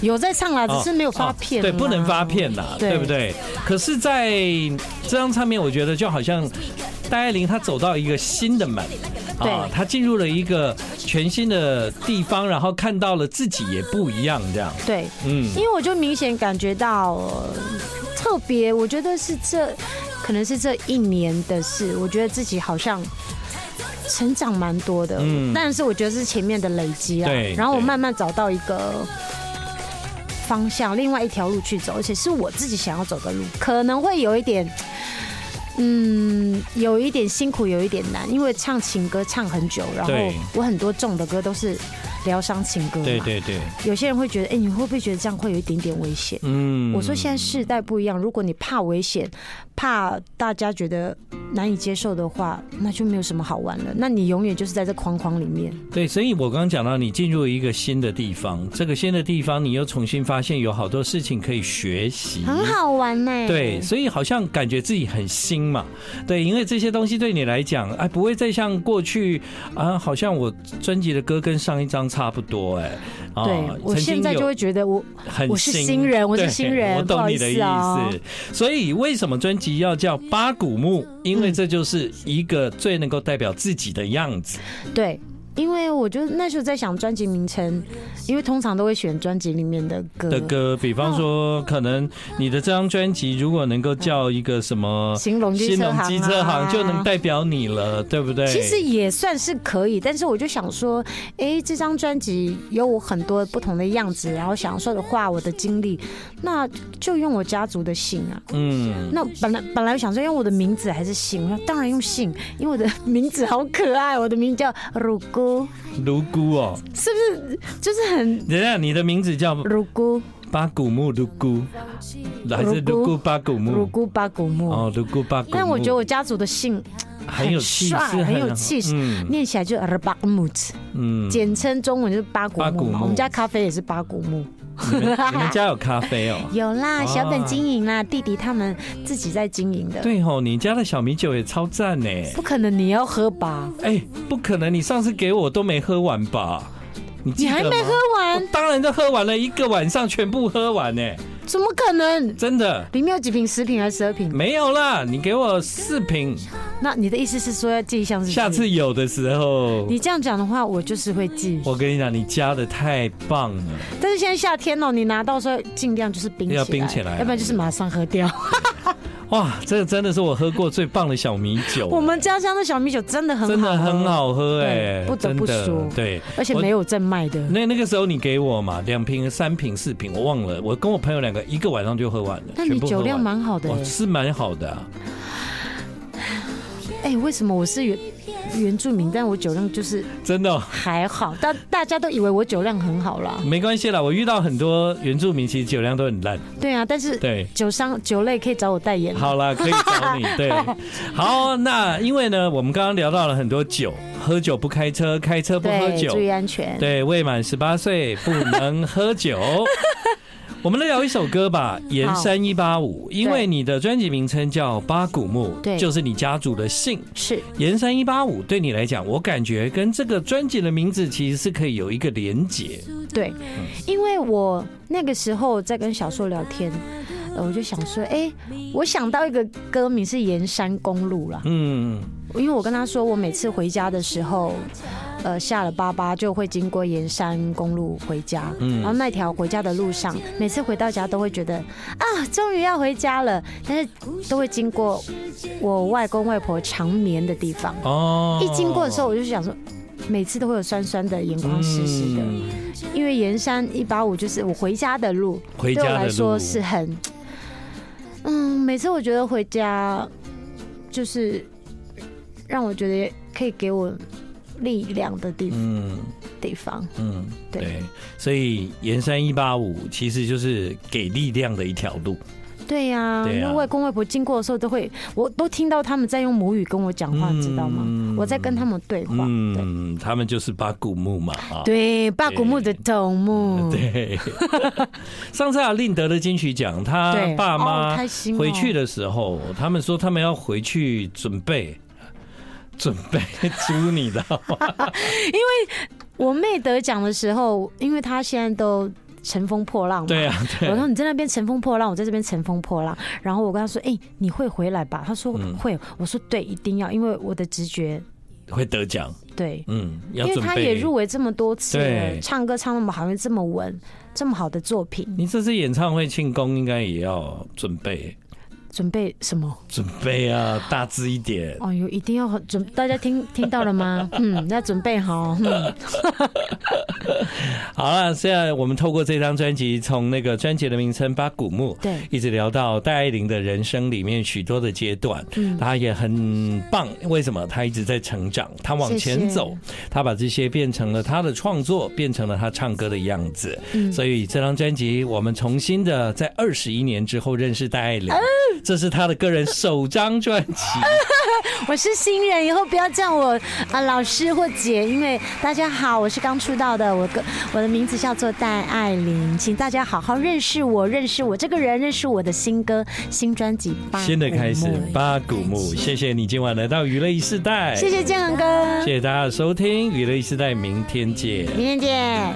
Speaker 2: 有在唱啦，
Speaker 1: 哦
Speaker 2: 只是没有发片、
Speaker 1: 哦对，不能发。片啦，
Speaker 2: 对
Speaker 1: 对不对？可是，在这张唱片，我觉得就好像戴爱玲她走到一个新的门，啊
Speaker 2: 对
Speaker 1: 她进入了一个全新的地方，然后看到了自己也不一样，这样，
Speaker 2: 对，
Speaker 1: 嗯。
Speaker 2: 因为我就明显感觉到、呃特别，我觉得是这，可能是这一年的事，我觉得自己好像。成长蛮多的，
Speaker 1: 嗯
Speaker 2: 但是我觉得是前面的累积啊
Speaker 1: 对，
Speaker 2: 然后我
Speaker 1: 对
Speaker 2: 慢慢找到一个方向，另外一条路去走，而且是我自己想要走的路，可能会有一点，嗯，有一点辛苦，有一点难，因为唱情歌唱很久，然后
Speaker 1: 对
Speaker 2: 我很多重的歌都是疗伤情歌嘛，
Speaker 1: 对对对，
Speaker 2: 有些人会觉得，哎、你会不会觉得这样会有一点点危险？
Speaker 1: 嗯
Speaker 2: 我说现在世代不一样，如果你怕危险，怕大家觉得难以接受的话，那就没有什么好玩了。那你永远就是在这框框里面。
Speaker 1: 对，所以我刚刚讲到，你进入一个新的地方，这个新的地方，你又重新发现有好多事情可以学习，
Speaker 2: 很好玩呢、
Speaker 1: 对，所以好像感觉自己很新嘛，对，因为这些东西对你来讲，哎，不会再像过去啊，好像我专辑的歌跟上一张差不多，哎，啊
Speaker 2: 对，我
Speaker 1: 曾经
Speaker 2: 现在
Speaker 1: 有
Speaker 2: 就会觉得我
Speaker 1: 很
Speaker 2: 我是新人我是
Speaker 1: 对
Speaker 2: 新人
Speaker 1: 我
Speaker 2: 不好
Speaker 1: 懂
Speaker 2: 意
Speaker 1: 你的
Speaker 2: 思
Speaker 1: 意思。
Speaker 2: 哦
Speaker 1: 所以为什么专辑要叫八古墓？因为这就是一个最能够代表自己的样子。
Speaker 2: 对。因为我就那时候在想专辑名称，因为通常都会选专辑里面的歌，
Speaker 1: 的歌，比方
Speaker 2: 哦
Speaker 1: 说，可能你的这张专辑如果能够叫一个什么
Speaker 2: 形容机
Speaker 1: 新
Speaker 2: 车
Speaker 1: 农
Speaker 2: 行、啊、
Speaker 1: 机车行，就能代表你了，对不对？
Speaker 2: 其实也算是可以，但是我就想说，哎、这张专辑有我很多不同的样子，然后想要说的话，我的经历，那就用我家族的姓啊。
Speaker 1: 嗯，
Speaker 2: 那本来本来我想说用我的名字还是姓，我说当然用姓，因为我的名字好可爱，我的名字叫乳姑，
Speaker 1: 泸沽哦，
Speaker 2: 是不是就是很
Speaker 1: 等一下你的名字叫
Speaker 2: 乳姑
Speaker 1: 八古木泸沽，还是
Speaker 2: 泸
Speaker 1: 泸
Speaker 2: 沽
Speaker 1: 沽八古
Speaker 2: 乳
Speaker 1: 木？
Speaker 2: 姑八古木？
Speaker 1: 哦，泸沽八古木。
Speaker 2: 但我觉得我家族的姓
Speaker 1: 很有气势，
Speaker 2: 很帅很有气势
Speaker 1: 嗯
Speaker 2: 念起来就 r b a k m u t
Speaker 1: 嗯，
Speaker 2: 简称中文就是八古
Speaker 1: 八
Speaker 2: 木
Speaker 1: 古
Speaker 2: 嘛。
Speaker 1: 木
Speaker 2: 我们家咖啡也是八古木。？
Speaker 1: 你们你们家有咖啡哦
Speaker 2: 有啦，
Speaker 1: 哇
Speaker 2: 小本经营啦，弟弟他们自己在经营的。，
Speaker 1: 对哦，你家的小米酒也超赞呢。
Speaker 2: 不可能你要喝吧？
Speaker 1: 哎，不可能，你上次给我都没喝完吧？你记
Speaker 2: 你
Speaker 1: 得
Speaker 2: 还没
Speaker 1: 吗
Speaker 2: 喝完
Speaker 1: 我，当然都喝完了，一个晚上全部喝完呢，
Speaker 2: 怎么可能？
Speaker 1: 真的
Speaker 2: 里面有几瓶？十瓶还是十二瓶？
Speaker 1: 没有啦。你给我四瓶，
Speaker 2: 那你的意思是说要记一下是不是？
Speaker 1: 下次有的时候，
Speaker 2: 你这样讲的话，我就是会记。
Speaker 1: 我跟你讲，你加的太棒了。
Speaker 2: 但是现在夏天哦，你拿到的时候尽量就是冰起来，
Speaker 1: 要冰起来啊哦
Speaker 2: 要不然就是马上喝掉。
Speaker 1: 哇，这真的是我喝过最棒的小米酒，啊
Speaker 2: 我们家乡的小米酒真的很好，
Speaker 1: 真的很，好喝哎、
Speaker 2: 对不得不
Speaker 1: 真的
Speaker 2: 说
Speaker 1: 对，
Speaker 2: 而且
Speaker 1: 我
Speaker 2: 没有正卖的。
Speaker 1: 那那个时候你给我嘛，两瓶、三瓶、四瓶，我忘了。我跟我朋友两个一个晚上就喝完了，
Speaker 2: 那你
Speaker 1: 全部喝
Speaker 2: 酒量
Speaker 1: 完
Speaker 2: 蛮好的欸
Speaker 1: 哇
Speaker 2: 耶
Speaker 1: 是蛮好的啊、
Speaker 2: 哎、为什么我是原原住民，但我酒量就是
Speaker 1: 真的哦、
Speaker 2: 还好，大大家都以为我酒量很好啦。
Speaker 1: 没关系啦。我遇到很多原住民，其实酒量都很烂，
Speaker 2: 对啊，但是
Speaker 1: 对。
Speaker 2: 酒商酒类可以找我代 言。
Speaker 1: 好啦，可以找你。 对，好，那因为呢，我们刚刚聊到了很多酒，喝酒不开车，开车不喝
Speaker 2: 对，啊
Speaker 1: 酒
Speaker 2: 注，意安全。
Speaker 1: 对，未满十八岁不能喝酒。我们来聊一首歌吧，《盐山一八五》，因为你的专辑名称叫八古墓，
Speaker 2: 对
Speaker 1: 就是你家族的姓。
Speaker 2: 是
Speaker 1: 盐山一八五对你来讲，我感觉跟这个专辑的名字其实是可以有一个连结。
Speaker 2: 对，
Speaker 1: 嗯
Speaker 2: 因为我那个时候在跟小硕聊天，呃我就想说，哎、我想到一个歌名是《盐山公路》啦，
Speaker 1: 嗯，
Speaker 2: 因为我跟他说，我每次回家的时候，呃，下了巴巴就会经过盐山公路回家，
Speaker 1: 嗯
Speaker 2: 然后那条回家的路上，每次回到家都会觉得啊，终于要回家了，但是都会经过我外公外婆长眠的地方。
Speaker 1: 哦，
Speaker 2: 一经过的时候，我就想说，每次都会有酸酸的、眼眶湿湿的，
Speaker 1: 嗯
Speaker 2: 因为盐山一八五就是我回家的路，
Speaker 1: 回
Speaker 2: 对
Speaker 1: 家的
Speaker 2: 我
Speaker 1: 路
Speaker 2: 来说是很，嗯，每次我觉得回家就是让我觉得可以给我力量的地
Speaker 1: 嗯
Speaker 2: 地方，
Speaker 1: 嗯，
Speaker 2: 对
Speaker 1: 对，所以盐山一八五其实就是给力量的一条路。
Speaker 2: 对呀、
Speaker 1: 对啊
Speaker 2: 因为外公外婆经过的时候都会，我都听到他们在用母语跟我讲话，
Speaker 1: 嗯
Speaker 2: 知道吗？我在跟他们对话，对
Speaker 1: 嗯，他们就是八古墓嘛，啊，
Speaker 2: 对，巴古墓的头目，
Speaker 1: 对。上次阿啊令得了金曲奖，他
Speaker 2: 对
Speaker 1: 爸
Speaker 2: 哦
Speaker 1: 妈
Speaker 2: 开心哦
Speaker 1: 回去的时候，他们说他们要回去准备。准 备猪，你知道吗？
Speaker 2: 我妹得奖的时候，因为她现在都乘风破浪嘛，
Speaker 1: 对啊，对
Speaker 2: 我说你在那边乘风破浪，我在这边乘风破浪。然后我跟他说：“哎、你会回来吧？”他说：“
Speaker 1: 嗯
Speaker 2: 会。我说：“对，一定要，因为我的直觉
Speaker 1: 会得奖，
Speaker 2: 对，
Speaker 1: 嗯，要
Speaker 2: 因为
Speaker 1: 准
Speaker 2: 他也
Speaker 1: 备。
Speaker 2: 入围这么多次
Speaker 1: 对
Speaker 2: 了，唱歌唱那么好，又这么稳，这么好的作品，
Speaker 1: 你这次演唱会庆功应该也要准备，
Speaker 2: 准备什么？
Speaker 1: 准备啊，大致一点。
Speaker 2: 哦哟，一定要很准。大家听听到了吗？ 嗯，要准备好。嗯，
Speaker 1: 好了，现在我们透过这张专辑，从那个专辑的名称《八古墓》，
Speaker 2: 对
Speaker 1: 一直聊到戴爱玲的人生里面许多的阶段，嗯，她也很棒。为什么？她一直在成长，她往前走，她把这些变成了她的创作，变成了她唱歌的样子。
Speaker 2: 嗯
Speaker 1: 所以这张专辑，我们重新的在二十一年之后认识戴爱玲，
Speaker 2: 啊
Speaker 1: 这是她的个人首张专辑。
Speaker 2: 我是新人，以后不要叫我啊、老师或姐，因为大家好，我是刚出道的，我个我的名字叫做戴爱玲，请大家好好认识我，认识我这个人，认识我的新歌、新专辑吧。
Speaker 1: 新的开始，八古墓，谢谢你今晚来到娱乐一世代，
Speaker 2: 谢谢建恒哥，
Speaker 1: 哎谢谢大家的收听，娱乐一时代，明天见。
Speaker 2: 明天见。